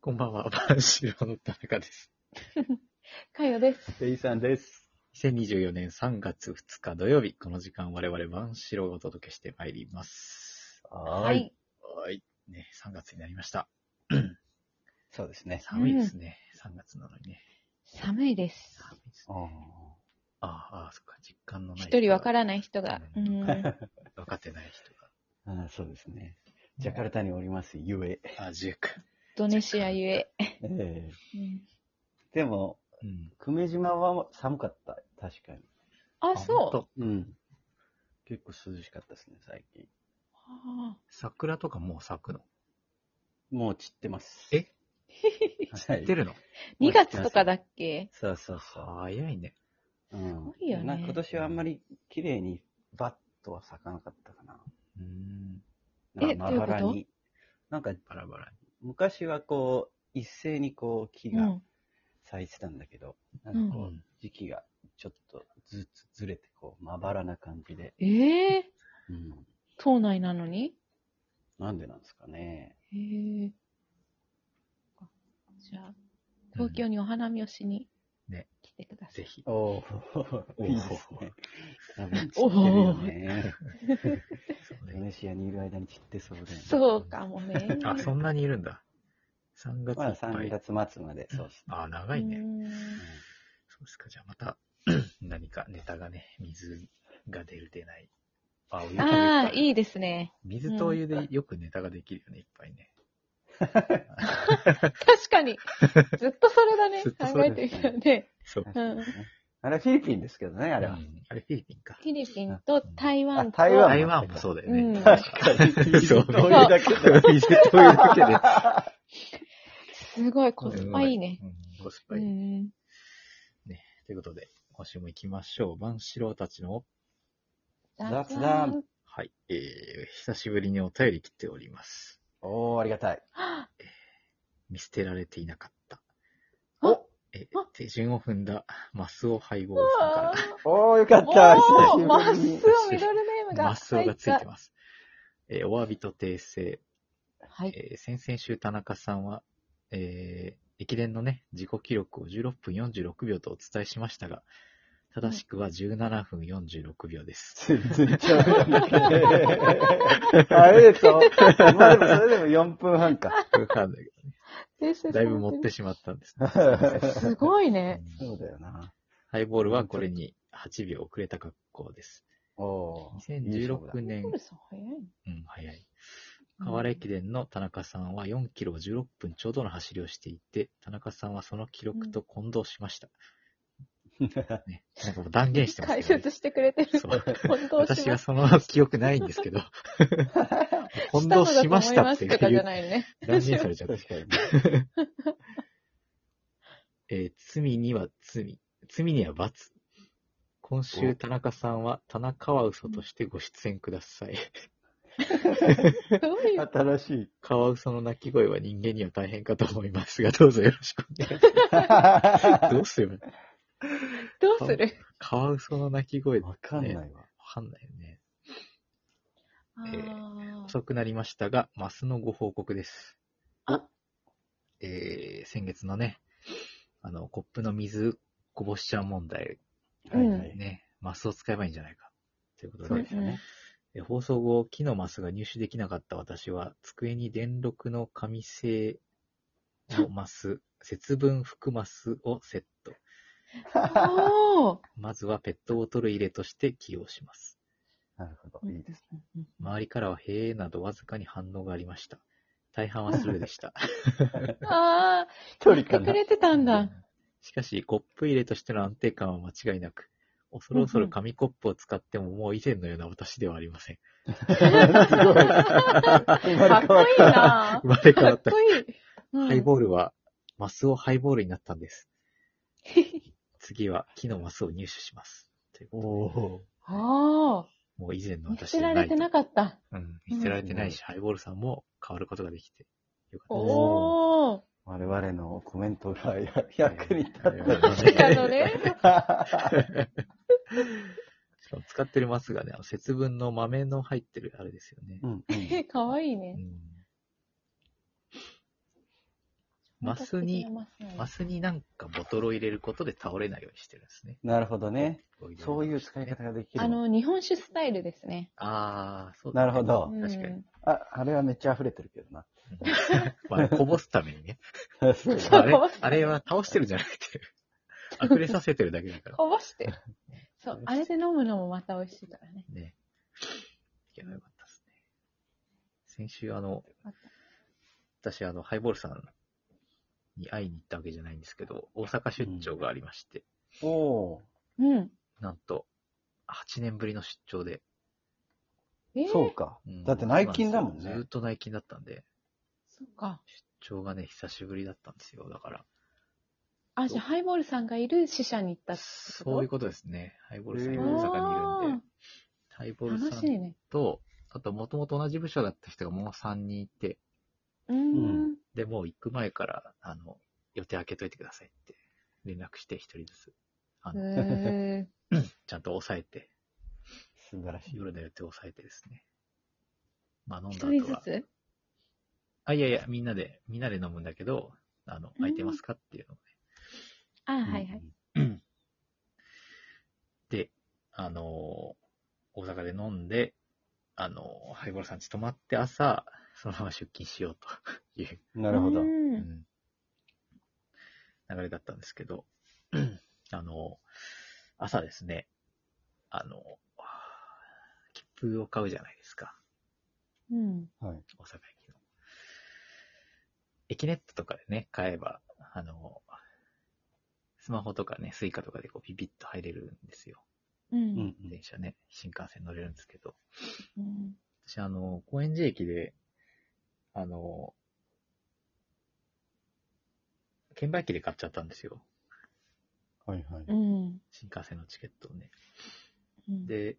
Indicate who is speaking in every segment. Speaker 1: こんばんは、 バンシロの田中です。
Speaker 2: かよです。
Speaker 3: デイさんです。
Speaker 1: 2024年3月2日土曜日、この時間我々バンシロをお届けしてまいります。
Speaker 3: は
Speaker 2: は。い。
Speaker 1: はい。ね、3月になりました。
Speaker 3: そうですね。
Speaker 1: 寒いですね。3月なのにね。
Speaker 2: 寒いです。
Speaker 1: 寒いです
Speaker 3: あ
Speaker 1: ね。ああ、ああ、そっか、実感のない
Speaker 2: 一人わからない人が。
Speaker 1: う
Speaker 2: う。
Speaker 1: ん 分かってない人
Speaker 3: あ、そうですね。ジャカルタにおります、ゆえ。
Speaker 1: が。あ、ジューク。
Speaker 2: ドネシアゆえ。
Speaker 3: え
Speaker 2: うん
Speaker 3: えでも、
Speaker 1: うん。
Speaker 3: 久米島は寒かった。確かに。
Speaker 2: あ、そう。
Speaker 1: う。
Speaker 3: うん。結構涼しかったですね、最近。
Speaker 2: あ
Speaker 1: 桜とかもう咲くの
Speaker 3: もう散ってます。
Speaker 1: え
Speaker 3: はい
Speaker 1: 出るの
Speaker 2: ー2月とかだっけ
Speaker 3: そうそうそ
Speaker 1: 早いね。
Speaker 3: う。うん
Speaker 2: ごいよね
Speaker 3: なんか今年はあんまり綺麗にバッとは咲かなかったかな。
Speaker 1: うーん。
Speaker 3: なん
Speaker 2: え
Speaker 3: かまばら
Speaker 2: どうい
Speaker 3: に。なんか
Speaker 1: バラバラに。
Speaker 3: 昔はこう、一斉にこう木
Speaker 2: う
Speaker 3: が
Speaker 2: ん。
Speaker 3: 咲いてたんだけど、なんかこう、
Speaker 1: うん
Speaker 3: 時期がちょっとずつずれて、こう、まばらな感じで。
Speaker 2: ええ
Speaker 3: うん。
Speaker 2: 島内なのに
Speaker 3: なんでなんですかね。
Speaker 2: ええじゃあ、東京にお花見をしに
Speaker 1: ね
Speaker 2: 来てくださ
Speaker 1: ぜ
Speaker 2: い。
Speaker 1: ひ。
Speaker 3: おお、いいですね。多分散ってるよね。
Speaker 1: そう
Speaker 3: ド
Speaker 1: ね
Speaker 3: ネシアにいる間に散ってそうで。
Speaker 2: そうかもね。
Speaker 1: あ、そんなにいるんだ。3月
Speaker 3: ま
Speaker 1: い
Speaker 3: だ
Speaker 1: っぱ
Speaker 3: 3
Speaker 1: い。
Speaker 3: 月末まで。そうですね。
Speaker 1: あ、長いね。
Speaker 2: うん
Speaker 1: そうですか。じゃあま た、何かネタがね、水が出る出ない。あ、お湯か
Speaker 2: ああ、
Speaker 1: い。
Speaker 2: いいですね。
Speaker 1: 水とお湯でよくネタができるよね、いっぱいね。
Speaker 2: 確かに。ずっとそれだね。
Speaker 1: ずっとそ
Speaker 2: 考
Speaker 1: れ
Speaker 2: えてみたらね。
Speaker 1: そう。
Speaker 2: うん
Speaker 3: あれはフィリピンですけどね、あ
Speaker 1: あ
Speaker 3: れ
Speaker 1: れ
Speaker 3: は。
Speaker 1: あれフィリピンか。
Speaker 2: フィリピンと台湾と。
Speaker 3: あ台湾
Speaker 1: 台湾もそうだよ
Speaker 2: うん
Speaker 1: ね。
Speaker 3: 確かに。
Speaker 1: そう
Speaker 3: どういうだけだ
Speaker 1: 水とお湯だけで。
Speaker 2: すごいコスパいいね。
Speaker 1: うん。コスパ
Speaker 2: う
Speaker 1: いい。
Speaker 2: ん。
Speaker 1: ということで、今週も行きましょう。万四郎たちの、
Speaker 3: 雑談。
Speaker 1: はい、えー、久しぶりにお便り来ております。
Speaker 3: おー、ありがたい。
Speaker 1: 見捨てられていなかった。
Speaker 3: お
Speaker 1: え
Speaker 2: あ、
Speaker 1: 手順を踏んだ、マスオ配合
Speaker 2: う
Speaker 1: さんから
Speaker 2: わ。
Speaker 3: おー、よかっ
Speaker 2: お
Speaker 3: た。
Speaker 2: ー、まっ
Speaker 3: 久
Speaker 2: すぐ
Speaker 3: しぶり
Speaker 2: ミ
Speaker 3: に。
Speaker 2: ドルネームが。
Speaker 1: マスオがついて
Speaker 2: ま
Speaker 1: ます。えーお詫びと訂正。
Speaker 2: す。はい。
Speaker 1: えー先々週田中さんは、えー駅伝のね、自己記録を16分46秒とお伝えしましたが、正しくは17分46秒です。
Speaker 3: 全然ちゃうんだけど。あれでしょまあでもそれでも4分半か。
Speaker 1: わかんないけど
Speaker 2: 訂正さ
Speaker 1: だ
Speaker 2: れ
Speaker 1: い
Speaker 2: てる
Speaker 1: ぶ持ってしまったんです。
Speaker 2: すごいね。
Speaker 3: そうだよな。
Speaker 1: ハイボールはこれに8秒遅れた格好です。
Speaker 3: おー。いい勝負だ
Speaker 1: 2016年
Speaker 2: コルさん早いね。
Speaker 1: うん、早い。河原駅伝の田中さんは4キロを16分ちょうどの走りをしていて、田中さんはその記録と混同しました。ね、なんかもう断言してますけ
Speaker 2: 解
Speaker 1: ど
Speaker 2: 説
Speaker 1: ね、
Speaker 2: してくれてる。
Speaker 1: そう
Speaker 2: 本当
Speaker 1: 私はその記憶ないんです けど、混
Speaker 2: の
Speaker 1: 同
Speaker 2: だ
Speaker 1: しましたって
Speaker 2: と思います
Speaker 1: い
Speaker 2: とかじゃ
Speaker 1: う
Speaker 2: ないね。
Speaker 1: 断言されちゃった。
Speaker 3: 確かに。
Speaker 1: えー罪には罪、罪には罰。今週
Speaker 3: お
Speaker 1: 田中さんは田中は嘘としてご出演ください。
Speaker 2: すごいよ。
Speaker 3: 新しい。
Speaker 1: カワウソの鳴き声は人間には大変かと思いますが、どうぞよろしくお願いし ます。どうすれば
Speaker 2: どうする
Speaker 1: カワウソの鳴き声ってね
Speaker 3: わかんないわ。
Speaker 1: わかんないよね。
Speaker 2: あー
Speaker 1: 遅くなりましたが、マスのご報告です。
Speaker 2: あ
Speaker 1: えー、先月のね、あの、コップの水こぼしちゃう問題、
Speaker 2: うん
Speaker 3: はいはい。
Speaker 1: ね、マスを使えばいいんじゃないか。というこ
Speaker 3: そ
Speaker 1: と
Speaker 3: う
Speaker 1: で、
Speaker 3: ですよね。
Speaker 1: え放送後、木のマスが入手できなかった私は、机に電力の紙製 のマス、節分福マスをセット。
Speaker 2: おー
Speaker 1: まずはペットボトル入れとして起用します。
Speaker 3: なるほど。いいです。
Speaker 2: うん
Speaker 1: 周りからはへえなどわずかに反応がありました。大半はスルーでした。
Speaker 2: ああ、
Speaker 3: 一
Speaker 2: 言っ
Speaker 3: 人
Speaker 2: て
Speaker 3: か
Speaker 2: く
Speaker 3: な。
Speaker 2: れてたんだ。
Speaker 1: しかし、コップ入れとしての安定感は間違いなく、恐る恐る紙コップを使ってももう以前のような私ではありません。
Speaker 3: すごい。
Speaker 2: かっこいいな
Speaker 1: 生まれ変
Speaker 2: か
Speaker 1: わ
Speaker 2: っ
Speaker 1: った
Speaker 2: こ。いい。うん
Speaker 1: ハイボールは、マスをハイボールになったん です。次は木のマスを入手します。という
Speaker 3: お
Speaker 1: こ
Speaker 3: お
Speaker 2: あ
Speaker 1: とでもう以前
Speaker 2: あ、
Speaker 1: の
Speaker 2: 見
Speaker 1: 私
Speaker 2: せ
Speaker 1: で
Speaker 2: ら
Speaker 1: はな
Speaker 2: れ
Speaker 1: い
Speaker 2: て
Speaker 1: と。
Speaker 2: なかった。
Speaker 1: うん、見捨てられてないし、ハイボールさんも変わることができて、よかったです。
Speaker 2: おお。
Speaker 3: ー。我々のコメントが役に立った
Speaker 1: うん
Speaker 2: 来たのね。
Speaker 1: しかも使ってるマスがね、あの節分の豆の入ってるあれですよね。
Speaker 3: うんうん
Speaker 2: え、かわいい
Speaker 1: うん
Speaker 2: ね。
Speaker 1: マスに、
Speaker 2: 本格的な
Speaker 1: マ
Speaker 2: マス
Speaker 1: スになんかボトルを入れることで倒れないようにしてるんですね。
Speaker 3: なるほどね。
Speaker 1: こ入れる
Speaker 3: そういう使い方ができ
Speaker 2: あ
Speaker 3: る。
Speaker 2: の、日本酒スタイルですね。
Speaker 1: ああ、そう
Speaker 3: なるほど
Speaker 1: 確かに。
Speaker 3: あ、あれはめっちゃ溢れてるけどな。
Speaker 1: まあ、こぼすためにね。
Speaker 3: そう
Speaker 2: そ
Speaker 1: あ
Speaker 2: う
Speaker 1: れ
Speaker 2: こぼす、
Speaker 1: あれは倒してるんじゃなくて、 溢れさせてるだけだから。
Speaker 2: こぼして。そう、あれで飲むのもまた美味しいからね。
Speaker 1: ね。いや、よかったですね。先週、あの
Speaker 2: かっ、
Speaker 1: 私、あの、ハイボールさんに会いに行ったわけじゃないんですけど、大阪出張がありまして、
Speaker 3: お
Speaker 2: うん。
Speaker 1: なんと、8年ぶりの出張で。
Speaker 2: え
Speaker 3: ー
Speaker 2: ー、
Speaker 3: そうか。
Speaker 1: うん
Speaker 3: だって内勤だもん
Speaker 1: そうなんですよ
Speaker 3: ね
Speaker 1: ずっ。と内勤だったんで、
Speaker 2: そうか。
Speaker 1: 出張がね、久しぶりだったんですよ。だから、
Speaker 2: あ、じゃあ、ハイボールさんがいる支社に行ったってこと
Speaker 1: そういうことですね。ハイボールさん
Speaker 3: へ
Speaker 1: が
Speaker 3: ー
Speaker 1: 大阪にいるんで、ハイボール
Speaker 2: 楽
Speaker 1: さ
Speaker 2: し
Speaker 1: ん
Speaker 2: いね。
Speaker 1: と、あと、もともと同じ部署だった人がもう3人いて、
Speaker 2: うーん。
Speaker 1: で、もう行く前から、あの、予定開けといてくださいって連絡して、一人ずつ。あの、
Speaker 2: へ
Speaker 1: ちゃんと押さえて、
Speaker 3: 素晴らしい。
Speaker 1: 夜の予定を押さえてですね。まあ飲
Speaker 2: ー
Speaker 1: ん
Speaker 2: 一人
Speaker 1: だ後
Speaker 2: ず
Speaker 1: は。
Speaker 2: つ
Speaker 1: あ、いやいや、みんなで、みんなで飲むんだけど、あの、空いてますかっていうのを
Speaker 2: あ、
Speaker 1: ね。
Speaker 2: はいはい。
Speaker 1: うん。で、あのー大阪で飲んで、あのーハイボールさんち泊まって朝、そのまま出勤しようと いう
Speaker 3: なるほど
Speaker 2: う。
Speaker 1: うんん流れだったんですけど、 あの、朝ですね、あの、切符を買うじゃないですか、
Speaker 2: うん。
Speaker 3: はい。
Speaker 1: 大阪駅の。エキネットとかでね、買えば、あの、スマホとかね、スイカとかでこうピピッと入れるんですよ。
Speaker 2: う
Speaker 3: うんん。
Speaker 1: 電車ね、新幹線乗れるんですけど。
Speaker 2: うん。
Speaker 1: 私、あの、高円寺駅で、あの、券売機で買っちゃったんですよ。
Speaker 3: はいはい。
Speaker 2: うん。
Speaker 1: 新幹線のチケットをね。
Speaker 2: うん、
Speaker 1: で、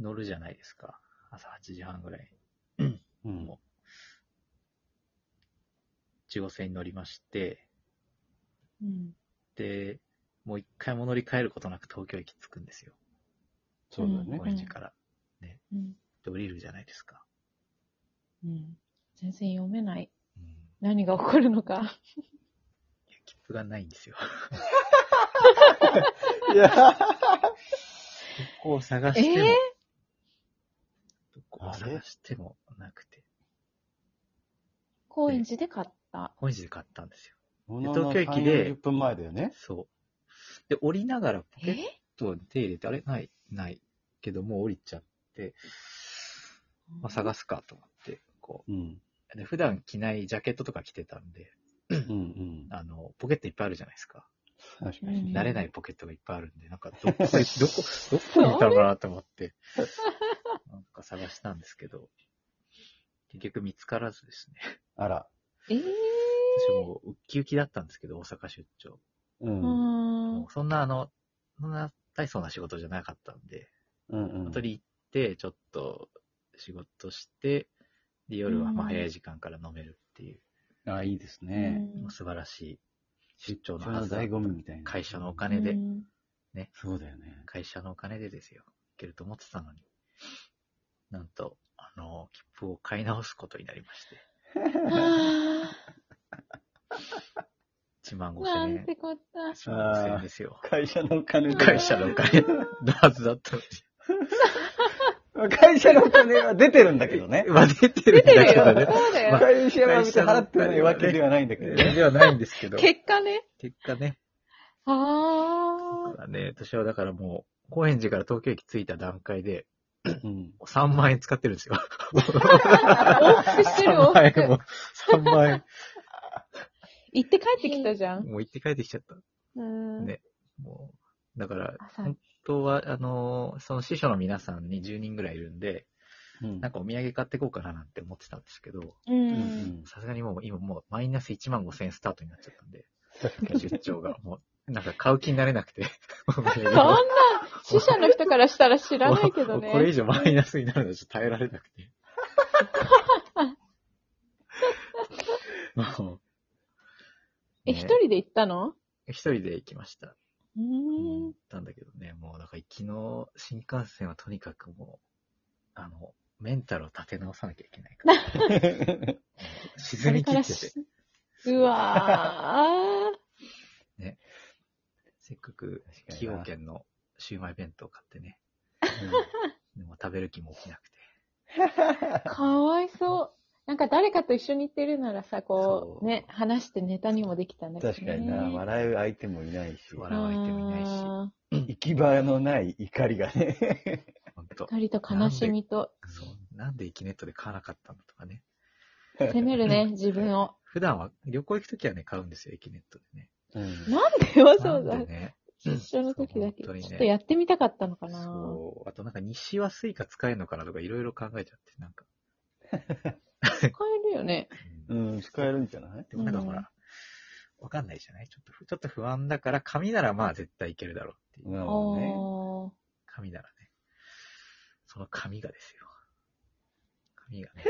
Speaker 1: 乗るじゃないですか。朝8時半ぐらい。
Speaker 3: うん
Speaker 1: も中央線に乗りまして、
Speaker 2: うん。
Speaker 1: で、もう一回も乗り換えることなく東京駅着くんですよ。
Speaker 3: そうだよ
Speaker 2: うん
Speaker 1: 高
Speaker 3: ね。
Speaker 1: 円寺から。
Speaker 2: うん。
Speaker 1: で、降りるじゃないですか。
Speaker 2: うん。全然読めない。
Speaker 1: うん。
Speaker 2: 何が起こるのか。
Speaker 1: いや切符がないんですよ。
Speaker 3: いや、
Speaker 1: どこを探しても、
Speaker 2: えー
Speaker 1: どこを探してもなくて。
Speaker 2: 高円寺で買った。
Speaker 1: 高円寺で買ったんですよ。
Speaker 3: 東
Speaker 1: 東京駅で
Speaker 3: 40分前だよね。
Speaker 1: そう。で、降りながらポケ
Speaker 2: え
Speaker 1: ットに手入れて、あれない、ない。けど、もう降りちゃって、まあ、探
Speaker 2: す。
Speaker 1: すかと思って、こ
Speaker 3: うん。
Speaker 1: う。で、普段着ないジャケットとか着てたんで、
Speaker 3: うん
Speaker 1: あの、ポケットいっぱいあるじゃないですか。
Speaker 3: うん。確か
Speaker 2: う
Speaker 3: に。
Speaker 2: ん
Speaker 1: 慣れないポケットがいっぱいあるんで、なんかどこ、どこ、どこどこにいたのかなと思って、なんか探したんですけど、結局見つからずですね。
Speaker 3: あら。
Speaker 2: えー、
Speaker 1: 私もうウッキウキだったんですけど、大阪出張。
Speaker 3: う。
Speaker 2: うんん。
Speaker 1: もうそんなあの、そんな大層な仕事じゃなかったんで、
Speaker 3: うんうん。
Speaker 1: 本当に行って、ちょっと仕事して、で、夜はまあ早い時間から飲めるっていう、
Speaker 3: あ、いいです
Speaker 2: う
Speaker 3: ね。
Speaker 1: も
Speaker 2: ん
Speaker 1: う素晴らしい出張の
Speaker 3: それの
Speaker 1: はずだ
Speaker 3: 醍醐味みたいな。
Speaker 1: 会社のお金で、
Speaker 2: うん
Speaker 3: そうだよね。
Speaker 1: 会社のお金でですよ、行けると思ってたのに、なんと、あの、切符を買い直すことになりまして、
Speaker 2: あ
Speaker 1: 1万
Speaker 2: ー
Speaker 1: 5
Speaker 2: な
Speaker 1: 千
Speaker 2: ん
Speaker 1: 円、
Speaker 2: てこった。
Speaker 1: 1万5千円ですよ。
Speaker 3: 会社のお金で。
Speaker 1: 会社のお 金のはずだったの
Speaker 3: 会社のお金は出てるんだけどね
Speaker 1: に。。まあ出てるん
Speaker 2: 出てる
Speaker 1: だ
Speaker 2: よ。
Speaker 1: け
Speaker 2: そ
Speaker 1: どね。
Speaker 2: うだよ。
Speaker 3: 会社は別に払ってないわけではないんだけどね。
Speaker 1: ではないんですけど、
Speaker 2: 結果ね。
Speaker 1: 結果ね、
Speaker 2: ああ。
Speaker 1: ね、私はだからもう、高円寺から東京駅着いた段階で、
Speaker 3: うん。
Speaker 1: 3万円使ってるんですよ。
Speaker 2: 往復してる
Speaker 1: 3
Speaker 2: 往
Speaker 1: 万円
Speaker 2: 復。
Speaker 1: も、3万円。
Speaker 2: 行って帰ってきたじゃん。
Speaker 1: もう行って帰ってきちゃった。
Speaker 2: うん。
Speaker 1: ねもう、だから、
Speaker 2: 朝
Speaker 1: 本当は、あのー、その師匠の皆さんに10人ぐらいいるんで、
Speaker 3: うん
Speaker 1: なんかお土産買ってこうかななんて思ってたんですけど、
Speaker 2: う。
Speaker 3: うんうんん。
Speaker 1: さすがにもう今もうマイナス1万5千円スタートになっちゃったんで、出張が。もう、なんか買う気になれなくて。もう
Speaker 2: そんな、死者の人からしたら知らないけど
Speaker 1: もうこれ以
Speaker 2: ね。
Speaker 1: 上マイナスになるのはちょっと耐えられなく て。もう
Speaker 2: え、
Speaker 1: ね
Speaker 2: 一人で行ったの
Speaker 1: 一人で行きました。
Speaker 2: う
Speaker 1: 行
Speaker 2: ー
Speaker 1: っ
Speaker 2: ん。
Speaker 1: たんだけどね、もうだから昨日新幹線はとにかくもう、あの、メンタルを立て直さなきゃいけないから。沈み切ってて。
Speaker 2: うわ
Speaker 1: せっかく、
Speaker 3: 確かに
Speaker 1: 崎
Speaker 3: な
Speaker 1: 陽軒のシウマイ弁当買ってね。でも食べる気も起きなくて。
Speaker 2: ー。かわいそう。なんか誰かと一緒に行ってるならさ、こ
Speaker 1: そう
Speaker 2: う、ね、話してネタにもできたんだけど、ね。
Speaker 3: 確かにな、笑う相手もいないし、
Speaker 1: 笑う相手もいないし
Speaker 2: あ
Speaker 3: 行き場のない怒りがね。
Speaker 1: ほんと。
Speaker 2: ー怒りと悲しみと、
Speaker 1: そう。なんで息ネットで買わなかったんだとかね。
Speaker 2: 責め るね、自分を。
Speaker 1: 普段は旅行行くときはね、買うんですよ、駅ネットでね。
Speaker 3: うん
Speaker 2: なんでわざ
Speaker 1: な
Speaker 2: わ
Speaker 1: ん
Speaker 2: ざ
Speaker 1: でね。
Speaker 2: 一緒の時だけ、
Speaker 1: そう本当にね
Speaker 2: ちょっとやってみたかったのかな。
Speaker 1: そう。あとなんか西はスイカ使えるのかなとかいろいろ考えちゃって、なんか。
Speaker 2: 使えるよね。
Speaker 1: う
Speaker 3: うんん、使えるんじゃない
Speaker 1: でもなんかほ
Speaker 2: う
Speaker 1: ら、わかんないじゃないちょっとふ、ちょっと不安だから、紙ならまあ絶対いけるだろうっていう。
Speaker 3: なる
Speaker 2: あ
Speaker 3: ほどね。
Speaker 2: ー
Speaker 1: 紙ならね。その紙がですよ。紙がね。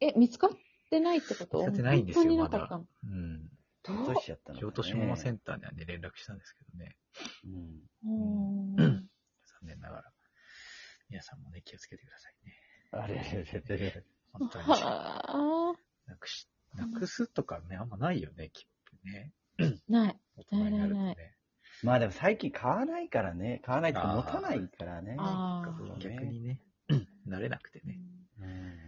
Speaker 2: え、見つかってないってこと
Speaker 1: 見つかってないんですよ
Speaker 2: 本当になかったの
Speaker 1: うん。
Speaker 2: ど
Speaker 3: 落
Speaker 2: う
Speaker 3: としちゃったのかね
Speaker 1: 京都市民センターにはね、連絡したんですけどね。
Speaker 3: う
Speaker 2: うーん
Speaker 3: ん
Speaker 1: 残念ながら。皆さんもね、気をつけてくださいね。
Speaker 3: あれれれれれ。
Speaker 1: 本当に。
Speaker 2: はあ、
Speaker 1: なくし、なくすとかね、あんまないよね、切符ね。
Speaker 2: ない。
Speaker 1: 大人になると
Speaker 2: ないない
Speaker 1: ね。
Speaker 3: まあでも最近買わないからね。買わないと持たないからね。
Speaker 2: あ
Speaker 1: な
Speaker 2: ー
Speaker 1: んか
Speaker 3: あー
Speaker 1: 逆にね、 慣れなくてね。
Speaker 3: うん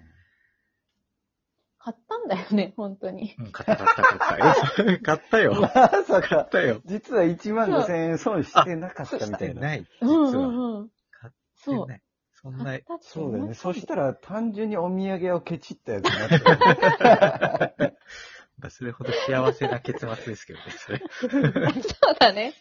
Speaker 2: 買ったんだよね、本当に。
Speaker 1: うん、買った買った買った。買ったよ。
Speaker 3: ま
Speaker 1: 買
Speaker 3: さ
Speaker 1: っ
Speaker 3: か、
Speaker 1: たよ。
Speaker 3: 実は1万5千円損してなかったみたいな。
Speaker 1: ない。
Speaker 2: う
Speaker 1: 実
Speaker 2: ん
Speaker 1: は。
Speaker 2: うんうん。
Speaker 1: 買
Speaker 2: そ
Speaker 1: って
Speaker 2: う。
Speaker 1: ない。そんな
Speaker 2: 買っ、たって
Speaker 3: そうだよね。そした
Speaker 2: ら。
Speaker 3: ら単純にお土産をケチったやつにな った。
Speaker 1: それほど幸せな結末ですけどね、それ。
Speaker 2: そうだね。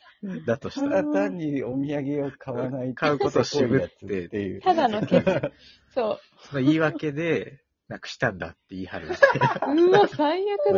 Speaker 1: だとした
Speaker 3: た
Speaker 1: ら
Speaker 3: だ。単にお土産を買わない。
Speaker 1: 買うことを渋って
Speaker 3: せこいやつっていう。
Speaker 2: ただのケチ。 そう。
Speaker 1: その言い訳で、なくしたんだって言い張る。
Speaker 2: うわ、最悪だ。